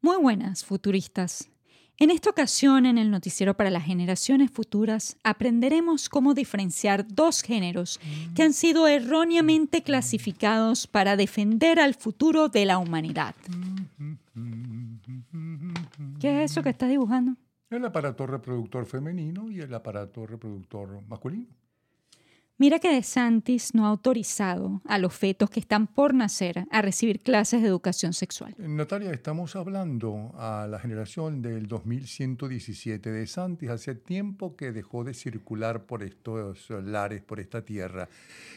Muy buenas, futuristas. En esta ocasión, en el noticiero para las generaciones futuras, aprenderemos cómo diferenciar dos géneros que han sido erróneamente clasificados para defender al futuro de la humanidad. ¿Qué es eso que estás dibujando? El aparato reproductor femenino y el aparato reproductor masculino. Mira que DeSantis no ha autorizado a los fetos que están por nacer a recibir clases de educación sexual. Eh, Natalia, estamos hablando a la generación del 2117 de Santis. Hace tiempo que dejó de circular por estos lares, por esta tierra.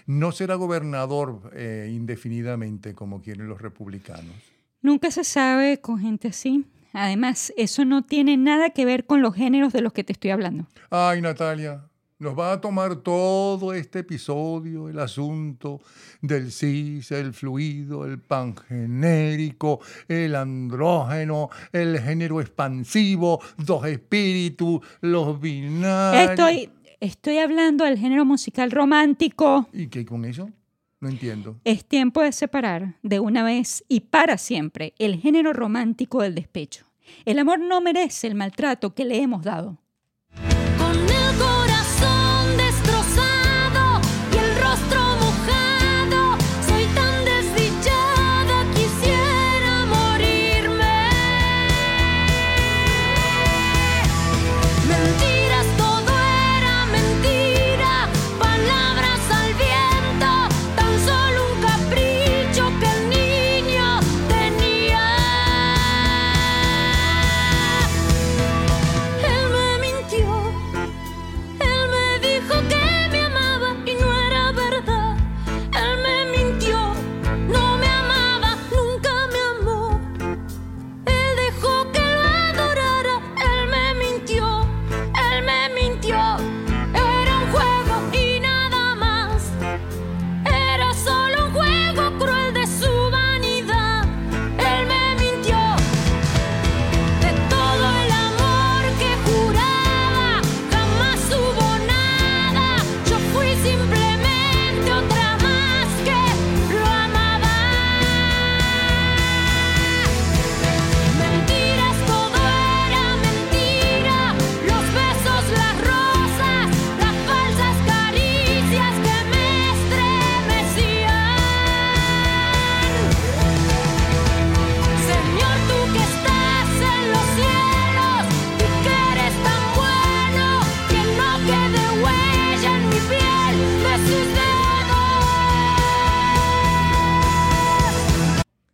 No será gobernador eh, indefinidamente como quieren los republicanos. Nunca se sabe con gente así. Además, eso no tiene nada que ver con los géneros de los que te estoy hablando. Ay, Natalia, nos va a tomar todo este episodio, el asunto del cis, el fluido, el pangenérico, el andrógeno, el género expansivo, dos espíritus, los binarios. Estoy, estoy hablando del género musical romántico. ¿Y qué con eso? No entiendo. Es tiempo de separar de una vez y para siempre el género romántico del despecho. El amor no merece el maltrato que le hemos dado.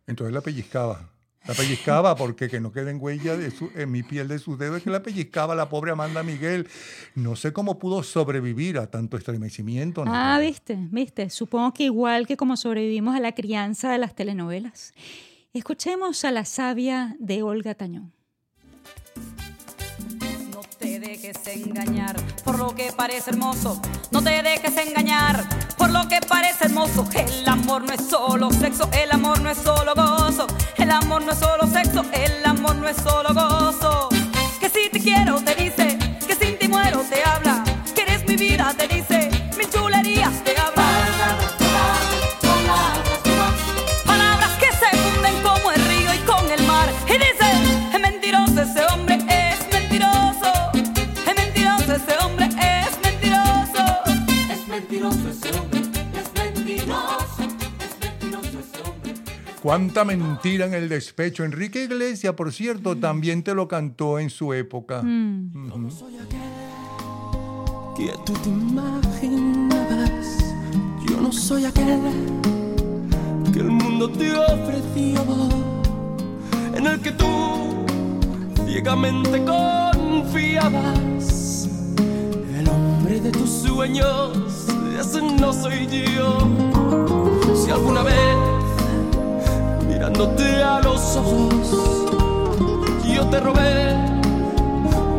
Entonces la pellizcaba. La pellizcaba porque que no queden huellas de su, en mi piel de sus dedos, que la pellizcaba la pobre Amanda Miguel. No sé cómo pudo sobrevivir a tanto estremecimiento. ¿no? Ah, viste, viste. Supongo que igual que como sobrevivimos a la crianza de las telenovelas. Escuchemos a la sabia de Olga Tañón. No te dejes engañar por lo que parece hermoso. No te dejes engañar por lo que parece hermoso. El amor no es solo sexo, el amor no es solo gozo. El amor no es solo sexo, el amor no es solo gozo. Que si te quiero te dice, que sin ti muero te habla. Que eres mi vida te dice, mil chulerías te habla. Palabras que se funden como el río y con el mar. Y dice, es mentiroso ese hombre, es mentiroso. Es mentiroso ese hombre, es mentiroso. Es mentiroso ese hombre. Cuánta mentira en el despecho. Enrique Iglesias, por cierto, también te lo cantó en su época. Mm. Yo no soy aquel que tú te imaginabas. Yo no soy aquel que el mundo te ofreció. En el que tú ciegamente confiabas. El hombre de tus sueños, ese no soy yo. Si alguna vez mirándote a los ojos. Yo te robé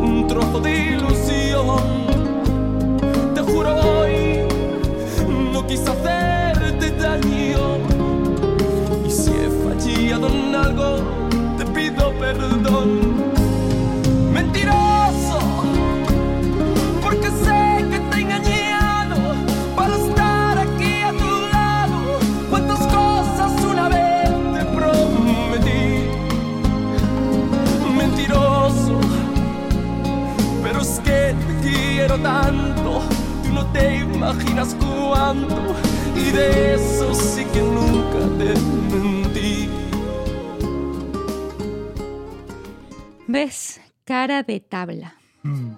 un trozo de ilusión. Te juro hoy, no quise hacerte daño. Y si he fallado en algo, te pido perdón. Mentiroso, porque sé que te engañé. imaginas cuánto, y de eso sí que nunca te mentí. ¿Ves? Cara de tabla. Mm.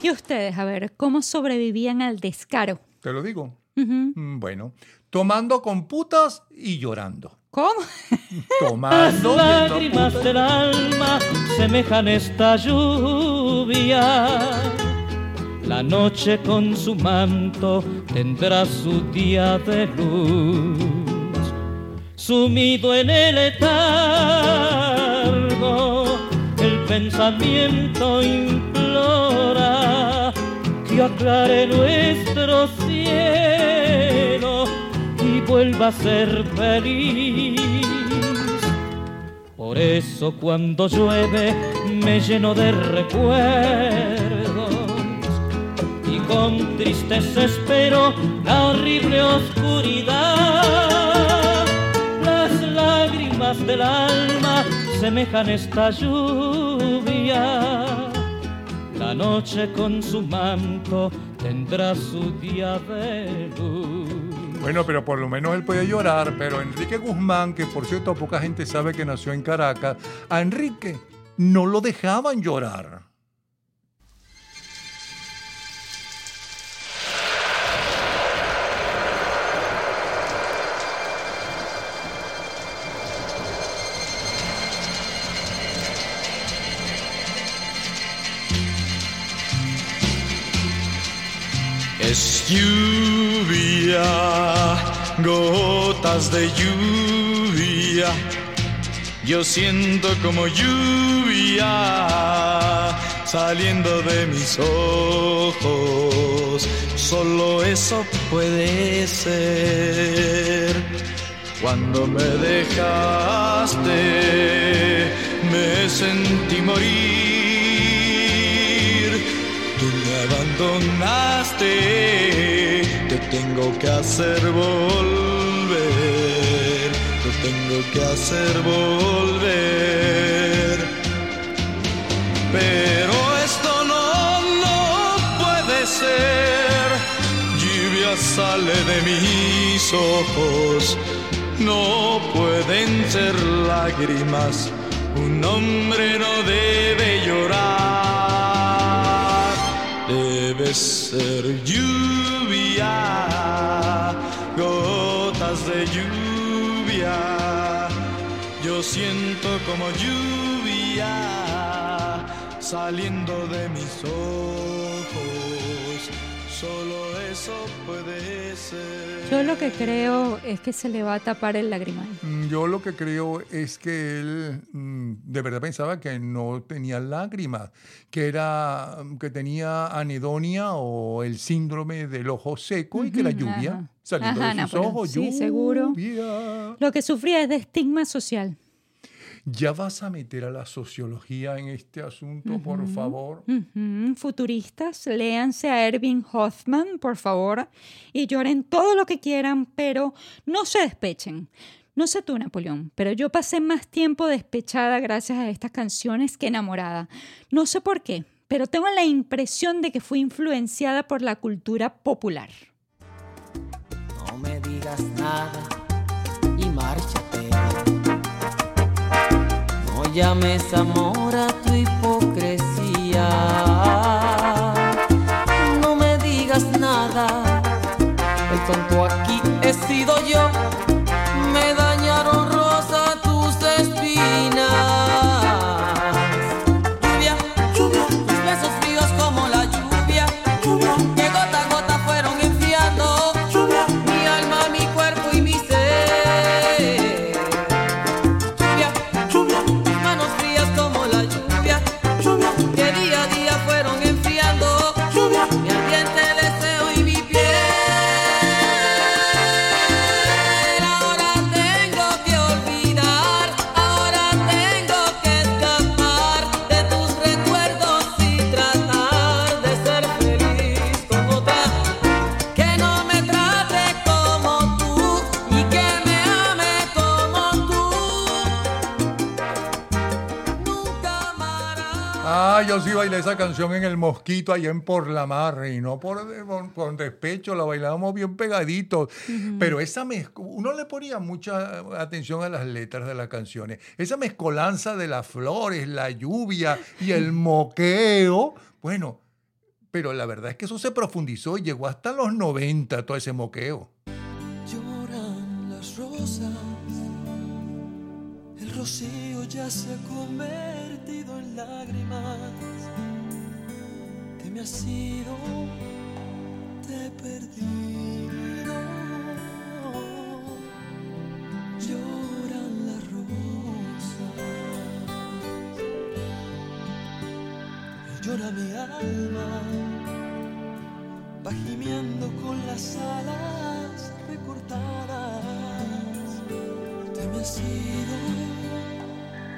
Y ustedes, a ver, ¿cómo sobrevivían al descaro? Te lo digo. Ujú. Mm, Bueno, tomando con putas y llorando. ¿Cómo? Las Tomando y lágrimas del alma semejan esta lluvia. La noche con su manto tendrá su día de luz. Sumido en el letargo, el pensamiento implora que aclare nuestro cielo y vuelva a ser feliz. Por eso cuando llueve me lleno de recuerdos y con tristeza espero la horrible oscuridad. Las lágrimas del alma semejan esta lluvia. La noche con su manto tendrá su día de luz. Bueno, pero por lo menos él podía llorar, pero Enrique Guzmán, que por cierto poca gente sabe que nació en Caracas, a Enrique no lo dejaban llorar. Es lluvia, gotas de lluvia. Yo siento como lluvia saliendo de mis ojos. Solo eso puede ser. Cuando me dejaste, me sentí morir. Tú me abandonaste, te tengo que hacer volver, te tengo que hacer volver. Pero esto no, no puede ser. Lluvia sale de mis ojos. No pueden ser lágrimas. Un hombre no debe llorar. Debe ser lluvia. Gotas de lluvia. Yo siento como lluvia saliendo de mis ojos. Solo eso puede ser. Yo lo que creo es que se le va a tapar el lagrimal. Mm, Yo lo que creo es que él mm, de verdad pensaba que no tenía lágrimas, que era mm, que tenía anedonia o el síndrome del ojo seco y que la Ujú, lluvia ajá. saliendo Ajá, de sus no, pero ojos. sí, seguro. lluvia. Lo que sufría es de estigma social. Ya vas a meter a la sociología en este asunto, por favor. Ujú, Futuristas, léanse a Erving Hoffman, por favor, y lloren todo lo que quieran, pero no se despechen. No sé tú, Napoleón, pero yo pasé más tiempo despechada gracias a estas canciones que enamorada. No sé por qué, pero tengo la impresión de que fui influenciada por la cultura popular. No me digas nada y márchate. No llames amor a tu hipocresía. No me digas nada. El tonto aquí he sido yo. Me dañaron rosa tus espinas. Lluvia, lluvia, tus besos fríos como Ah, yo sí bailé esa canción en el Mosquito allá en Por la Mar y no por, por, por despecho, la bailábamos bien pegaditos. Mm. Pero esa mezc- uno le ponía mucha atención a las letras de las canciones. Esa mezcolanza de las flores, la lluvia y el moqueo. Bueno, pero la verdad es que eso se profundizó y llegó hasta los 90 todo ese moqueo. Lloran las rosas, el rocío ya se ha convertido en lágrimas. Te me has ido, te he perdido. Lloran las rosas, y llora mi alma va gimiendo con las alas recortadas. Te me has ido,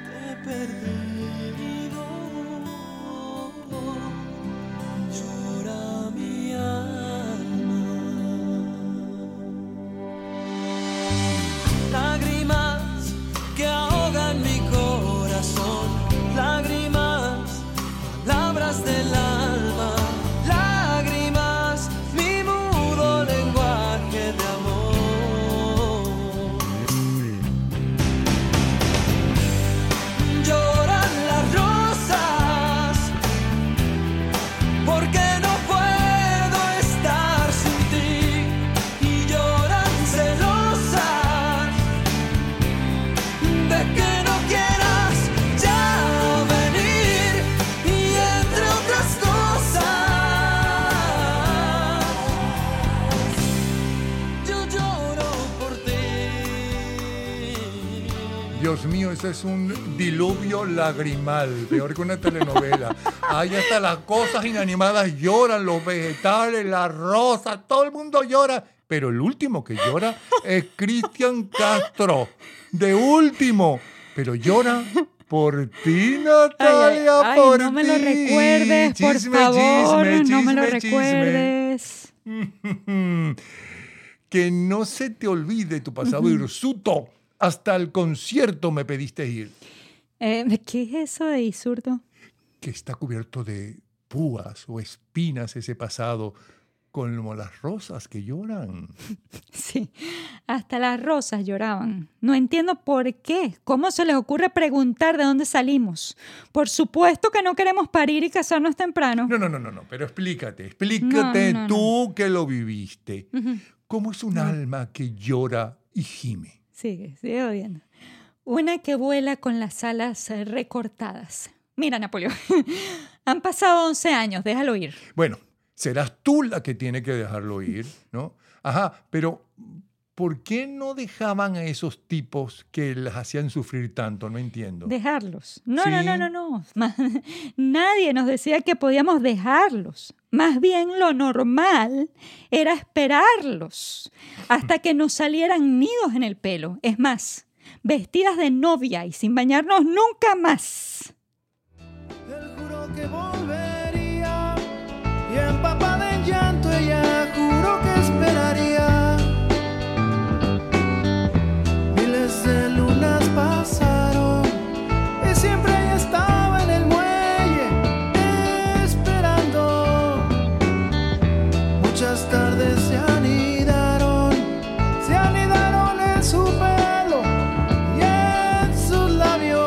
te he perdido. Llora mi alma. Lágrimas que ahogan mi corazón, lágrimas palabras del alma, lágrimas, mi mudo lenguaje de amor. Lloran las rosas, porque no puedo estar sin ti, y lloran celosas de que no quieras ya venir y entre otras cosas yo lloro por ti. Dios mío, ese es un diluvio lagrimal, peor que una telenovela. Ahí hasta las cosas inanimadas lloran, los vegetales, las rosas, todo el mundo llora. Pero el último que llora es Cristian Castro, de último. Pero llora por ti, Natalia, ay, ay, por no me lo ti. recuerdes, por Chisme, favor, chisme, no me lo chisme, chisme. recuerdes. Que no se te olvide tu pasado hirsuto. Hasta el concierto me pediste ir. Eh, ¿Qué es eso de Isurto? que está cubierto de púas o espinas ese pasado, como las rosas que lloran. Sí, hasta las rosas lloraban. No entiendo por qué. ¿Cómo se les ocurre preguntar de dónde salimos? Por supuesto que no queremos parir y casarnos temprano. No, no, no, no, no, pero explícate, explícate No, no, tú que lo viviste. Ujú. ¿Cómo es un alma que llora y gime? Sigue, sigue odiando. Una que vuela con las alas eh, recortadas. Mira, Napoleón, han pasado 11 años, déjalo ir. Bueno, serás tú la que tiene que dejarlo ir, ¿no? Ajá, pero ¿por qué no dejaban a esos tipos que las hacían sufrir tanto? No entiendo. Dejarlos. No, no, no, Sí. no, no. Ma- Nadie nos decía que podíamos dejarlos. Más bien lo normal era esperarlos hasta que nos salieran nidos en el pelo. Es más, vestidas de novia y sin bañarnos nunca más. Él juró que volvería y empapada en llanto ella juró que esperaría. Miles de lunas pasaron y siempre ella estaba en el muelle esperando. Muchas tardes se anidaron, se anidaron en su pelo y en sus labios.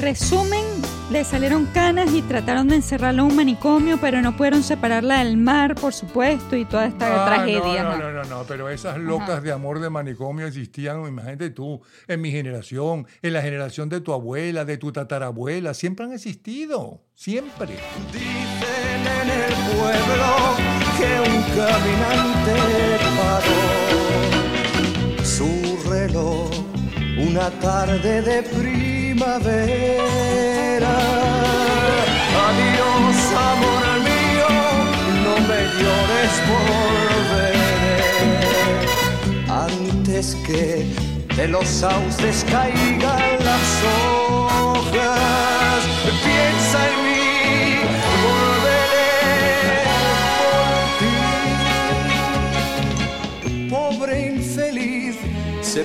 resumen, le salieron canas y trataron de encerrarla en un manicomio, pero no pudieron separarla del mar, por supuesto, y toda esta Ah, tragedia. No, ajá. no, no, no, no, pero esas locas de amor de manicomio existían, imagínate tú, en mi generación, en la generación de tu abuela, de tu tatarabuela, siempre han existido, siempre. Dicen en el pueblo que un caminante paró su reloj una tarde de primavera. Adiós, amor mío, no me llores volveré. Antes que de los sauces caigan las hojas, piensa en mí, volveré por pobre infeliz, se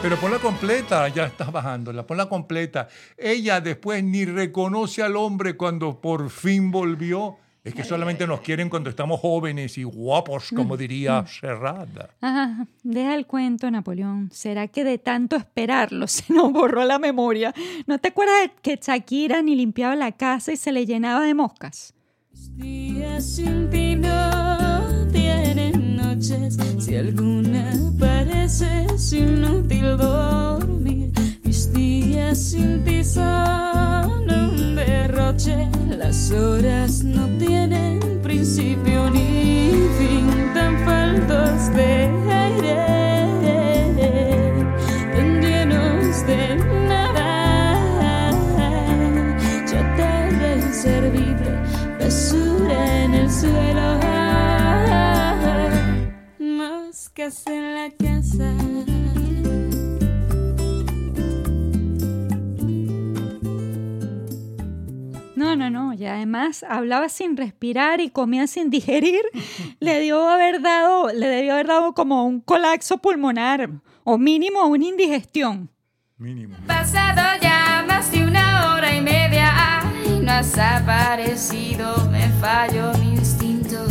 Pero ponla completa, ya estás bajándola, ponla completa. Ella después ni reconoce al hombre cuando por fin volvió. Es que solamente nos quieren cuando estamos jóvenes y guapos, como diría Mm. Serrada. Ajá, deja el cuento, Napoleón. ¿Será que de tanto esperarlo se nos borró la memoria? ¿No te acuerdas de que Shakira ni limpiaba la casa y se le llenaba de moscas? Días sin ti no tienen noches. Si alguna parece es inútil dormir, mis días sin ti son un derroche. Las horas no tienen principio ni fin, tan faltos de aire, tan llenos de nada. Yo tal vez inservible, basura en el suelo. Moscas en la casa. No, no, no. Y además hablaba sin respirar y comía sin digerir. le dio haber dado, le debió haber dado como un colapso pulmonar o mínimo una indigestión. Mínimo. Pasado ya más de una hora y media y no has aparecido, me falló mi instinto.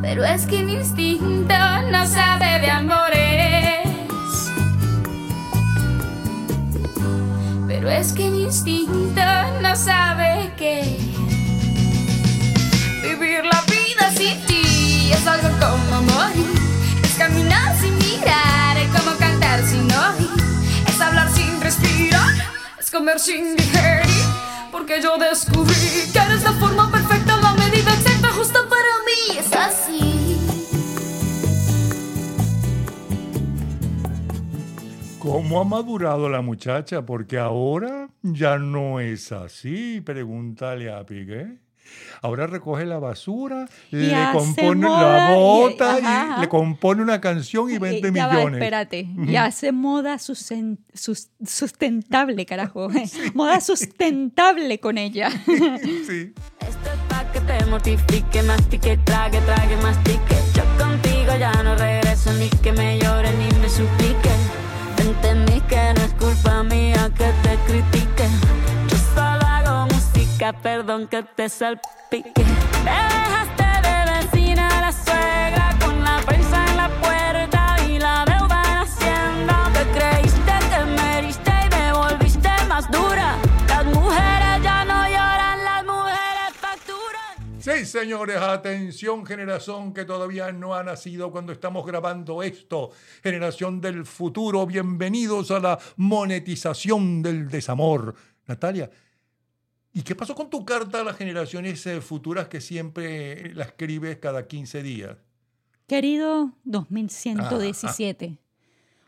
Pero es que mi instinto no sabe de amores. Pero es que mi instinto no sabe que vivir la vida sin ti es algo como morir, es caminar sin mirar, es como cantar sin oír, es hablar sin respirar, es comer sin digerir, porque yo descubrí que eres la forma perfecta, la medida exacta, justo para mí, es así. ¿Cómo ha madurado la muchacha? Porque ahora ya no es así, pregúntale a Piqué. Ahora recoge la basura, Y le hace compone moda la y- eh, bota y, ajá, ajá. le compone una canción y Eh, 20 ya va, millones. espérate. Y hace moda susen- sus- sustentable, carajo. Moda sustentable con ella. Sí. Esto es pa' que te mortifique, mastique, trague, trague, mastique. Yo contigo ya no regreso ni que me llore ni me suplique. Vente en mí que no es culpa mía que te critique. Yo solo hago música, perdón que te salpique. Te dejaste de vecina a la suegra con la prensa en la puerta y la deuda en hacienda. Te creíste que me heriste y me volviste más dura. Las mujeres ya no lloran, las mujeres facturan. Sí, señores, atención generación que todavía no ha nacido cuando estamos grabando esto. Generación del futuro, bienvenidos a la monetización del desamor. Natalia, ¿y qué pasó con tu carta a las generaciones eh, futuras que siempre eh, la escribes cada 15 días? Querido 2117,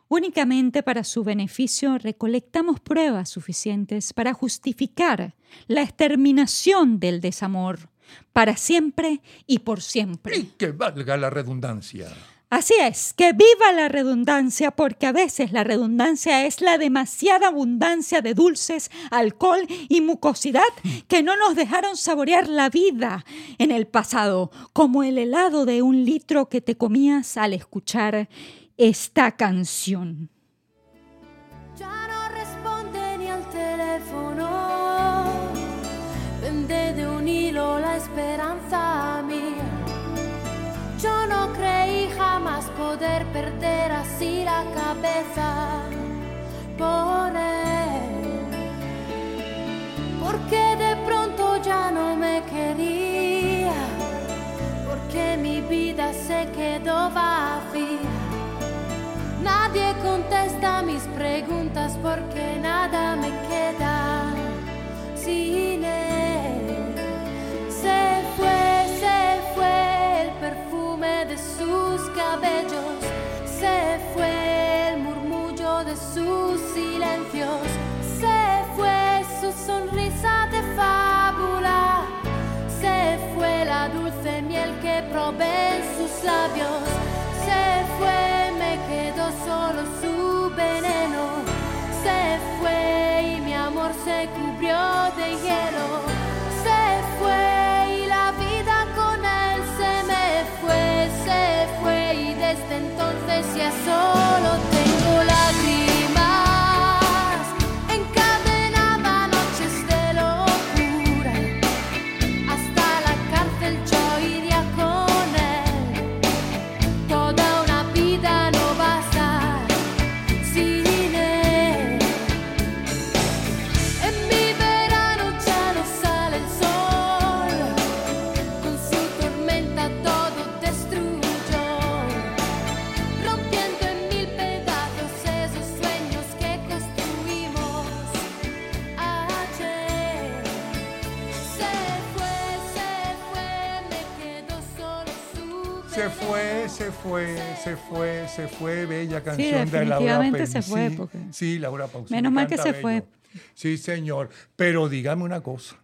únicamente para su beneficio recolectamos pruebas suficientes para justificar la exterminación del desamor para siempre y por siempre. Y que valga la redundancia. Así es, que viva la redundancia, porque a veces la redundancia es la demasiada abundancia de dulces, alcohol y mucosidad que no nos dejaron saborear la vida en el pasado, como el helado de un litro que te comías al escuchar esta canción. Ya no responde ni al teléfono, pende de un hilo la esperanza mía. Yo no creí jamás poder perder así la cabeza por él. Porque de pronto ya no me quería, porque mi vida se quedó vacía. Nadie contesta mis preguntas porque nada me queda sin él. Se fue, se fue el perfume de sus cabellos, se fue el murmullo de sus silencios, se fue su sonrisa de fábula, se fue la dulce miel que probé en sus labios, se fue, me quedó solo su veneno, se fue y mi amor se cubrió de hielo, se fue y la vida con él se me fue, se fue y desde entonces ya solo tengo lágrimas encadenaba noches de locura hasta la cárcel yo iría con él toda una vida no basta sin él en mi verano ya no sale el sol, con su tormenta todo destruyó, rompiendo en mil pedazos esos sueños que construimos ayer. Se fue, se fue, me quedó solo su Se fue, se fue, se fue, se fue. Bella canción de Laura definitivamente se Pausini. fue, Sí, porque- Sí, Laura Pausini. Menos mal que canta se fue. bello. Sí, señor. Pero dígame una cosa.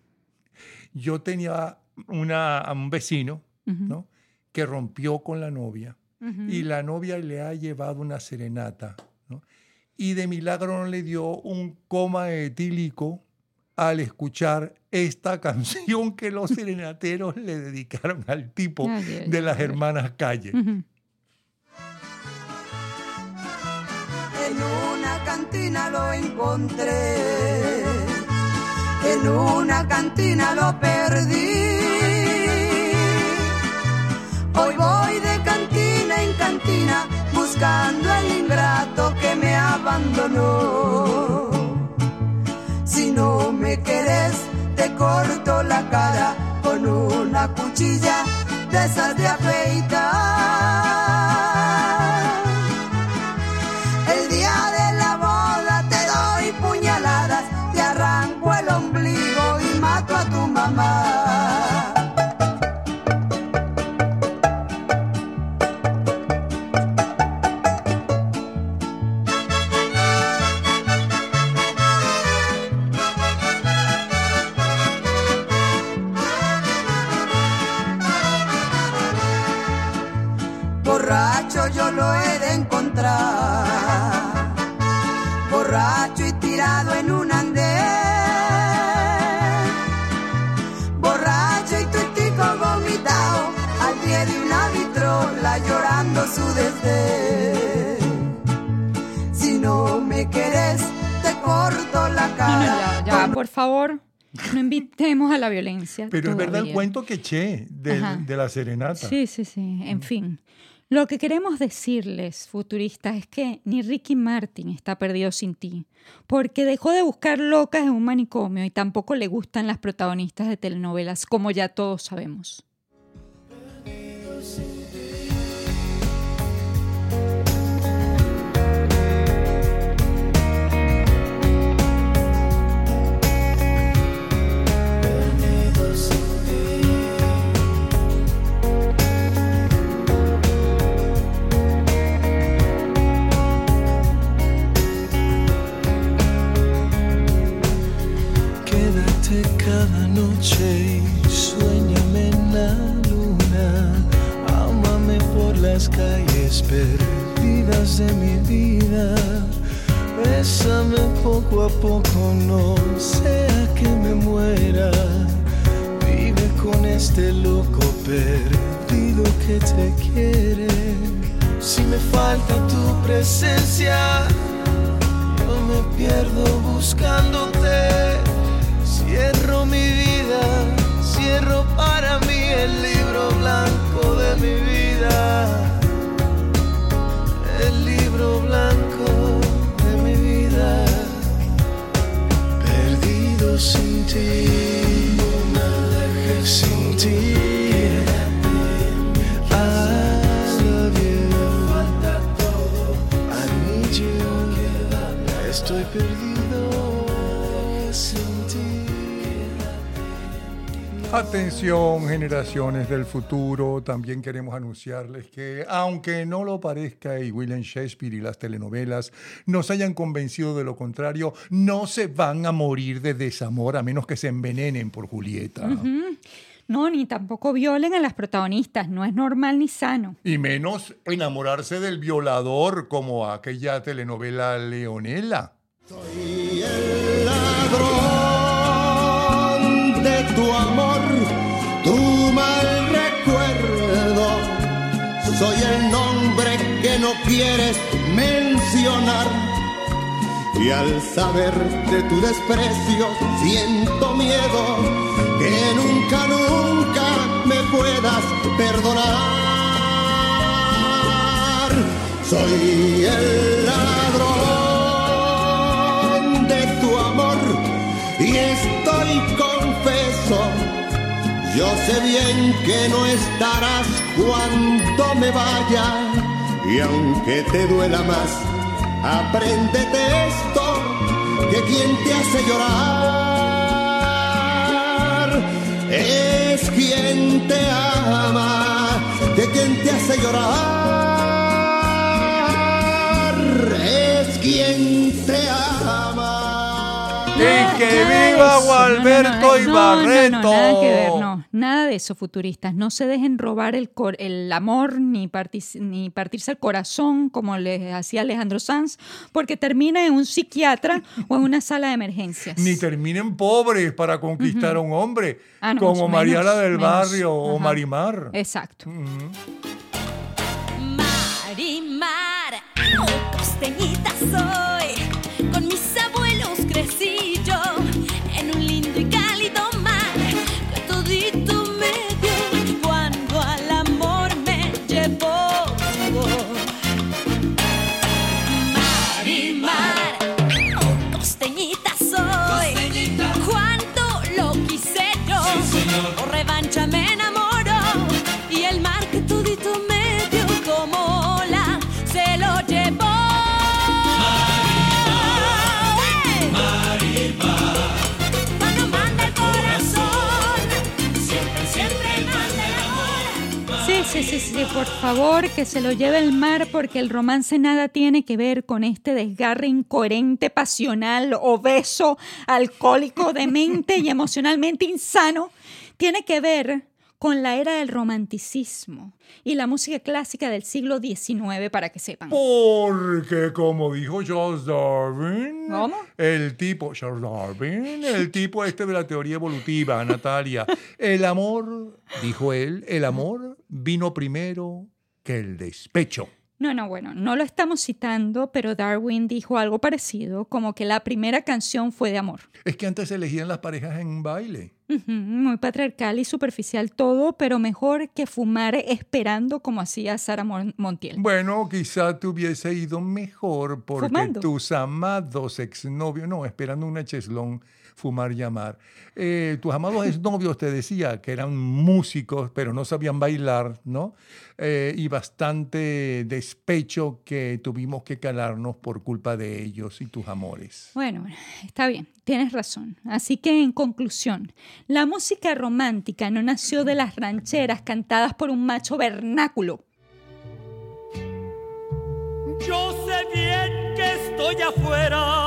Yo tenía una, a un vecino ¿no? que rompió con la novia y la novia le ha llevado una serenata. ¿no? Y de milagro no le dio un coma etílico al escuchar esta canción que los serenateros le dedicaron al tipo Ay, ay, de las ay. hermanas Calle. Ujú. En una cantina lo encontré, en una cantina lo perdí. Hoy voy de cantina en cantina buscando el ingrato que me abandonó. Si no me querés, te corto la cara con una cuchilla de esas de afeitar. El día de la boda te doy puñaladas, te arranco el ombligo y mato a tu mamá. Borracho yo lo he de encontrar. Borracho y tirado en un andén. Borracho y tu tico vomitado al pie de una vitrola llorando su desdén. Si no me querés, te corto la No, no, cara. ya, ya, por favor, no invitemos a la violencia. Pero es verdad el todavía. cuento que eché del- Ajá. de, la serenata. Sí, sí, sí. En fin, lo que queremos decirles, futuristas, es que ni Ricky Martin está perdido sin ti, porque dejó de buscar locas en un manicomio y tampoco le gustan las protagonistas de telenovelas, como ya todos sabemos. Perdido sin ti. Quédate cada noche y sueñame en la luna. Ámame por las calles perdidas de mi vida. Bésame poco a poco, no sea que me muera. Vive con este loco perdido que te quiere. Si me falta tu presencia, yo me pierdo buscándote. Cierro mi vida, cierro para mí el libro blanco de mi vida. El libro blanco de mi vida. Perdido sin ti, no me dejes sin ti. I love you. I need you. Estoy perdido sin ti. Atención, generaciones del futuro. También queremos anunciarles que, aunque no lo parezca y William Shakespeare y las telenovelas nos hayan convencido de lo contrario, no se van a morir de desamor a menos que se envenenen por Julieta. Ujú. No, ni tampoco violen a las protagonistas. No es normal ni sano. Y menos enamorarse del violador como aquella telenovela Leonela. ladrón de tu amor, tu mal recuerdo. Soy el nombre que no quieres mencionar. Y al saber de tu desprecio, siento miedo que nunca, nunca me puedas perdonar. Soy el ladrón de tu amor y estoy confeso. Yo sé bien que no estarás cuando me vaya y aunque te duela más, apréndete esto, que quien te hace llorar es quien te ama, que quien te hace llorar es quien te ama. ¡Y Nada que de viva eso, no, no, Gualberto no, y no, no, no, nada que ver, Barreto! no. Nada de eso, futuristas. No se dejen robar el, cor- el amor ni, partic- ni partirse el corazón como les hacía Alejandro Sanz, porque termina en un psiquiatra o en una sala de emergencias. Ni terminen pobres para conquistar a un hombre, Ah, no, como menos, Mariana del menos, Barrio o ajá. Marimar. Exacto. Marimar, costeñita soy. Con mis abuelos crecí yo en un lindo y cálido mar que todito me dio cuando al amor me llevó. Marimar, costeñita soy. Cuánto lo quise yo. Por revancha me enamoró. Y el mar que todito me dio como ola se lo llevó. ¡Eh! Cuando manda el corazón, siempre, siempre manda Sí, el sí, sí, sí, por favor, que se lo lleve el mar, porque el romance nada tiene que ver con este desgarre incoherente, pasional, obeso, alcohólico, demente y emocionalmente insano. Tiene que ver con la era del romanticismo y la música clásica del siglo XIX, para que sepan. Porque como dijo Charles Darwin, ¿Cómo? el tipo, Charles Darwin, el tipo este de la teoría evolutiva, Natalia, el amor, dijo él, el amor vino primero que el despecho. No, no, bueno, no lo estamos citando, pero Darwin dijo algo parecido, como que la primera canción fue de amor. Es que antes se elegían las parejas en un baile. Ujú, Muy patriarcal y superficial todo, pero mejor que fumar esperando como hacía Sara Mon- Montiel. Bueno, quizá te hubiese ido mejor porque Fumando. tus amados exnovios, no, esperando una cheslón, fumar y amar. Eh, tus amados exnovios te decía que eran músicos, pero no sabían bailar, ¿no? Eh, y bastante despecho que tuvimos que calarnos por culpa de ellos y tus amores. Bueno, está bien, tienes razón. Así que en conclusión, la música romántica no nació de las rancheras cantadas por un macho vernáculo. Yo sé bien que estoy afuera,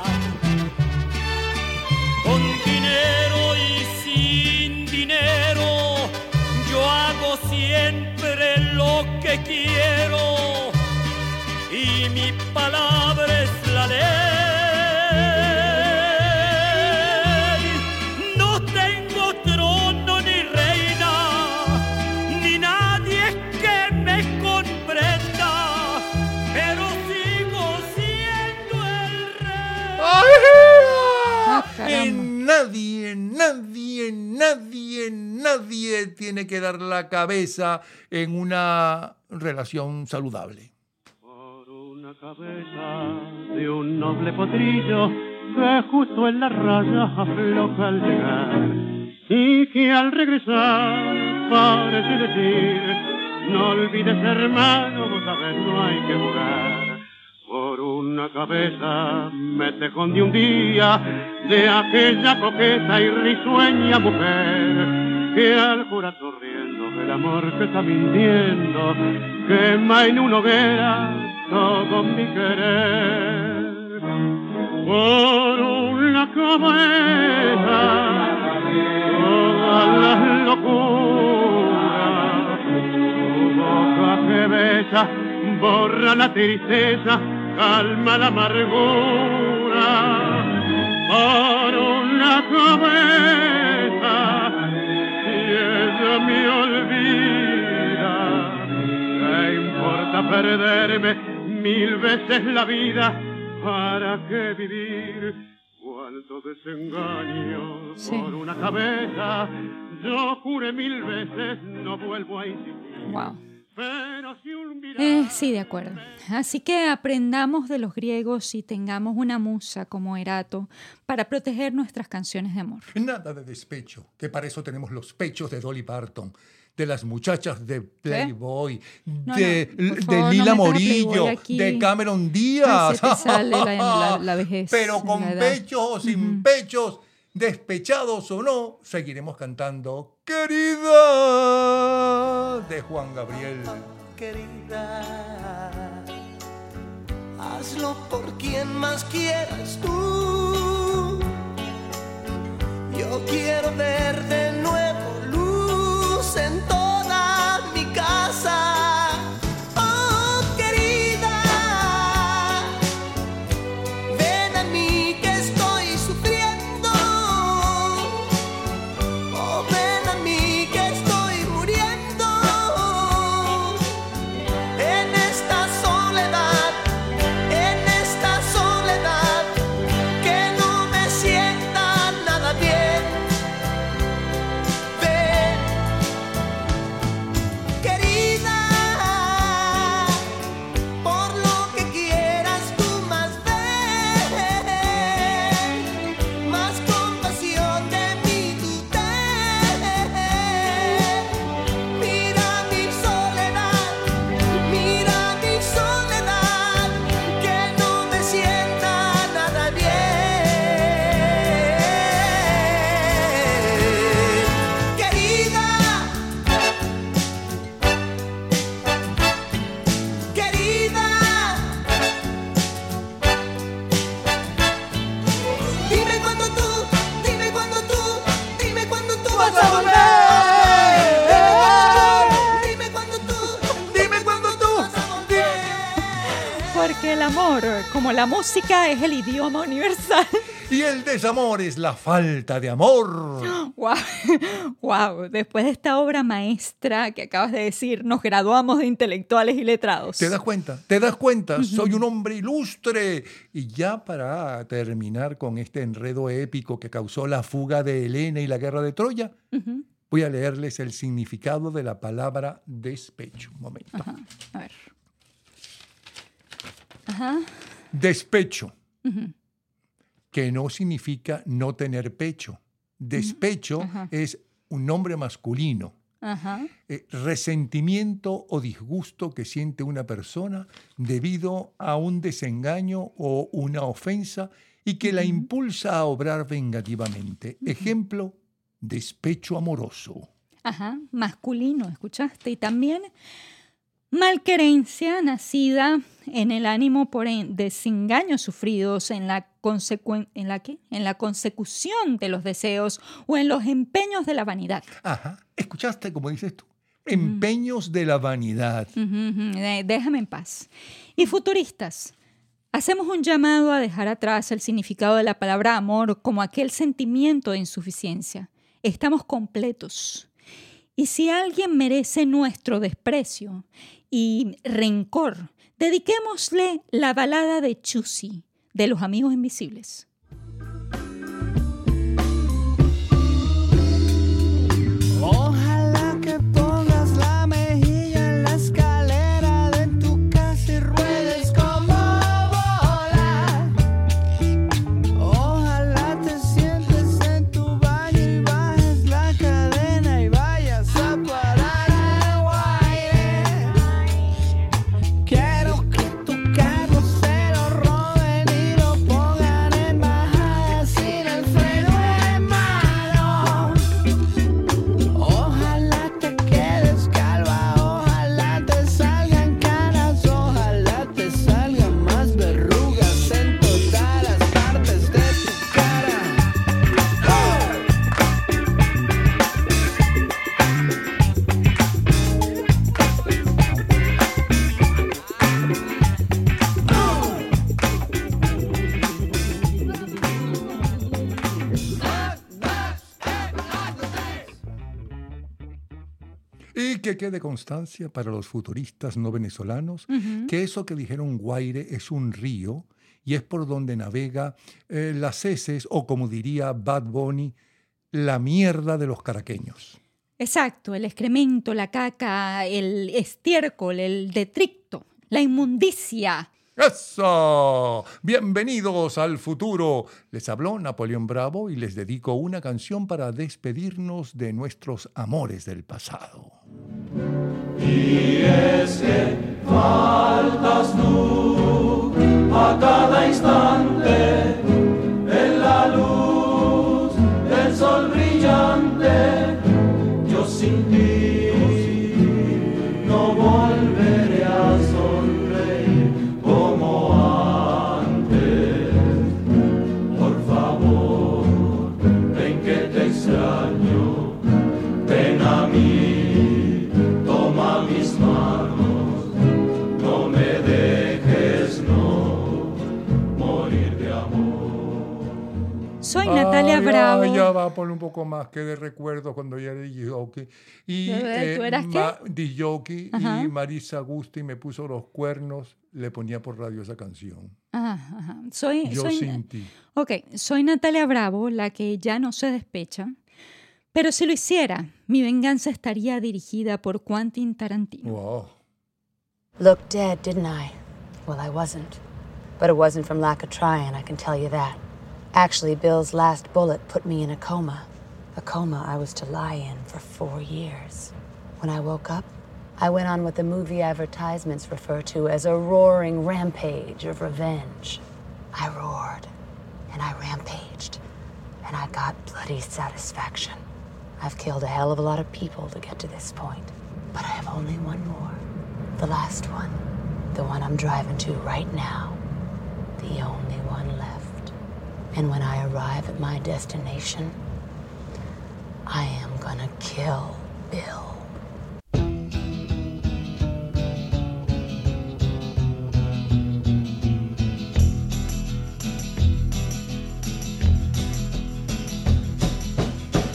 Con dinero y sin dinero, yo hago siempre lo que quiero y mi palabra es la ley. No tengo trono ni reina, ni nadie que me comprenda, pero sigo siendo el Ah, Y nadie, nadie, nadie, nadie tiene que dar la cabeza en una relación saludable. de un noble potrillo que justo en la raya afloja al llegar y que al regresar parece decir no olvides hermano, vos sabes no hay que jugar por una cabeza me te de un día de aquella coqueta y risueña mujer que al jurar sonriendo el amor que está mintiendo quema en una hoguera todo mi querer por una cabeza todas las locuras tu boca que besa borra la tristeza calma la amargura por una cabeza y ella me olvida ¿Qué importa perderme mil veces la vida? ¿Para qué vivir? Cuánto desengaño Sí. por una cabeza. Yo juré mil veces, no vuelvo a insistir. Wow. Pero si un Eh, sí, de acuerdo. Así que aprendamos de los griegos y tengamos una musa como Erato para proteger nuestras canciones de amor. Nada de despecho, que para eso tenemos los pechos de Dolly Parton, de las muchachas de Playboy, No, Mm. de, no, por de favor, no Lila metas a Morillo, Playboy aquí. de Cameron Ay, Díaz. se te sale la, la- la vejez. Pero con la edad. pechos o sin pechos, despechados o no, seguiremos cantando Querida de Juan Gabriel. querida. Hazlo por quien más quieras tú. Yo quiero ver de nuevo luz en toda mi casa. Oh, querida, ven a mí que estoy sufriendo. Oh, ven a mí que estoy muriendo en esta soledad, en esta soledad que no me sienta nada bien. Ven, querida, por lo que quieras tú más ven más compasión de mí tú ten. Mira mi soledad, mira mi soledad, que no me sienta nada bien. Querida, querida. Dime cuando tú, dime cuando tú, dime cuando tú vas a volver. Dime cuando tú, dime cuando tú, dime cuando tú. Porque el amor, como la música, es el idioma universal. Y el desamor es la falta de amor. Wow, wow, después de esta obra maestra que acabas de decir, nos graduamos de intelectuales y letrados. ¿Te das cuenta? ¿Te das cuenta? Soy un hombre ilustre. Y ya para terminar con este enredo épico que causó la fuga de Helena y la guerra de Troya, Ujú, voy a leerles el significado de la palabra despecho. Un momento. Ajá, a ver. Ajá. Despecho, ujú. que no significa no tener pecho. Despecho Ajá. es un nombre masculino. Ajá. eh, resentimiento o disgusto que siente una persona debido a un desengaño o una ofensa y que la impulsa a obrar vengativamente. Ejemplo, despecho amoroso. Ajá, masculino, ¿escuchaste? Y también Malquerencia, nacida en el ánimo por en- desengaños sufridos en la, consecuen- ¿en, la qué? en la consecución de los deseos o en los empeños de la vanidad. Ajá. ¿Escuchaste como dices tú? Empeños de la vanidad. Ujú, ujú, de- Déjame en paz. Y futuristas, hacemos un llamado a dejar atrás el significado de la palabra amor como aquel sentimiento de insuficiencia. Estamos completos. Y si alguien merece nuestro desprecio y rencor, dediquémosle la balada de Chusi, de los amigos invisibles. Ojalá que pongas la mejilla en la escalera de tu casa y ruedes como bola. Ojalá te sientes en tu baño y bajes la cadena y vayas a parar a Guaire. Quiero que tu carro se lo roben y lo pongan en bajada sin el freno en mano. Ojalá te quedes calva, ojalá te salgan caras, ojalá te salgan más verrugas en todas las partes de tu ¡Oh! cara. Y que quede constancia para los futuristas no venezolanos Ujú. que eso que dijeron Guaire es un río y es por donde navega eh, las heces o como diría Bad Bunny, la mierda de los caraqueños. Exacto, el excremento, la caca, el estiércol, el detricto, la inmundicia. ¡Eso! Bienvenidos al futuro. Les habló Napoleón Bravo y les dedico una canción para despedirnos de nuestros amores del pasado. Y es que faltas tú a cada instante en la luz del sol brillante. Yo sin ti no volveré a sonreír como antes. Por favor, ven que te extraño, ven a mí, toma mis manos, no me dejes no morir de amor. Soy Natalia Bravo. Ya, va, ponle un poco más que de recuerdo cuando yo era DJ. Y, eh, ¿Tú eras qué? ma- DJ Ajá. y Marisa Gusti me puso los cuernos, le ponía por radio esa canción. Ajá, ajá. Soy, Yo soy- sin ti. Ok, soy Natalia Bravo, la que ya no se despecha. Pero si lo hiciera, mi venganza estaría dirigida por Quentin Tarantino. Looked dead, didn't I? Well, I wasn't. But it wasn't from lack of trying, I can tell you that. Actually, Bill's last bullet put me in a coma. A coma I was to lie in for four years. When I woke up, I went on what the movie advertisements refer to as a roaring rampage of revenge. I roared, and I rampaged, and I got bloody satisfaction. I've killed a hell of a lot of people to get to this point, but I have only one more. The last one. The one I'm driving to right now. The only one left. And when I arrive at my destination, I am gonna kill Bill.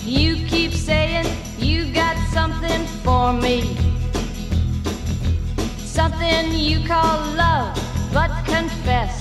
You keep saying you got something for me. Something you call love, but confess.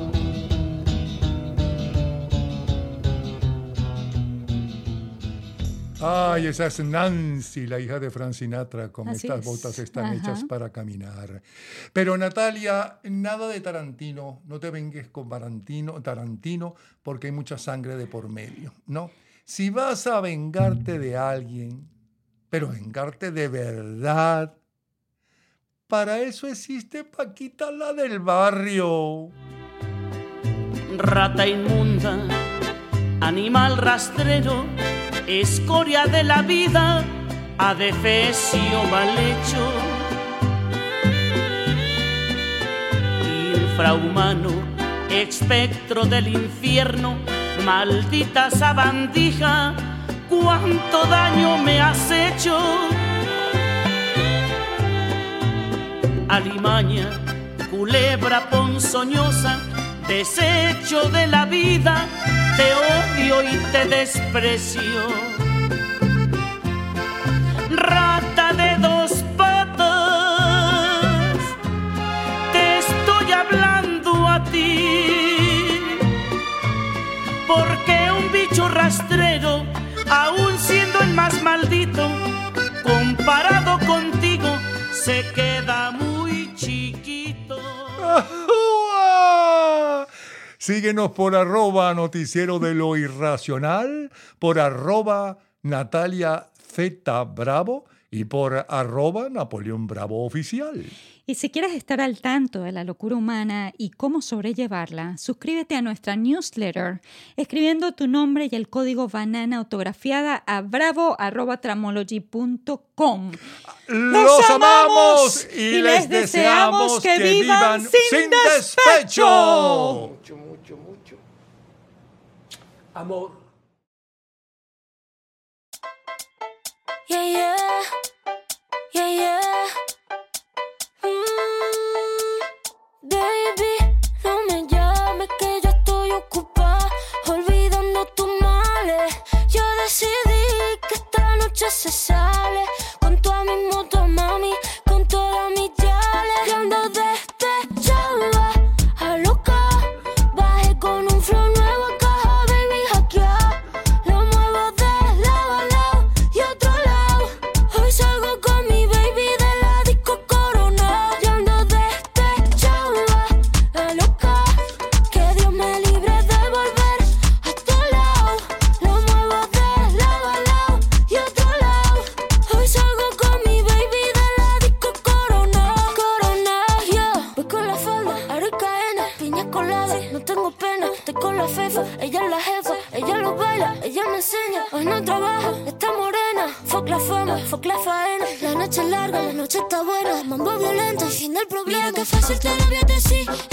Ay, esa es Nancy, la hija de Frank Sinatra, con Así estas es. botas están Ajá. hechas para caminar. Pero Natalia, nada de Tarantino, no te vengues con Tarantino, Tarantino porque hay mucha sangre de por medio, ¿no? Si vas a vengarte de alguien, pero vengarte de verdad, para eso existe Paquita la del barrio. Rata inmunda, animal rastrero, escoria de la vida, adefesio mal hecho, infrahumano, espectro del infierno, maldita sabandija, cuánto daño me has hecho. Alimaña, culebra ponzoñosa, desecho de la vida, te odio y te desprecio. Rata de dos patas, te estoy hablando a ti, porque un bicho rastrero, aún siendo el más maldito, comparado contigo, se queda muy chiquito. ¡Ua! Síguenos por arroba noticiero de lo irracional, por arroba Natalia Z Bravo y por arroba Napoleón Bravo Oficial. Y si quieres estar al tanto de la locura humana y cómo sobrellevarla, suscríbete a nuestra newsletter escribiendo tu nombre y el código banana autografiada a bravo.tramology.com. ¡Los, amamos y, les deseamos que, vivan sin despecho. Mucho, mucho, mucho. Amor. Yeah, yeah. Yeah, yeah. Mm, baby, no me llames que yo estoy ocupada. Olvidando tus males. Yo decidí que esta noche se sale. Con tu mi moto, mami. Con todas mis yales. Yo ando este despechada, a loca. Bajé con un flow nuevo en caja, baby, hackeado. Lo muevo de lado a lado y otro lado. Hoy salgo con mi baby de la disco corona. Yo ando despechada, la loca. Que Dios me libre de volver a tu lado. Lo muevo de lado a lado y otro lado. Hoy salgo con mi baby de la disco corona. Corona, yo voy con la falda, araucana, piña colada. No tengo pena, estoy con la fefa, ella es la jefa, ella lo baila, ella me enseña. Hoy no trabajo, está morena. Fuck la fama, fuck la faena. La noche es larga, la noche está buena. Mambo violento, el fin del problema. Mira que fácil te lo voy a decir,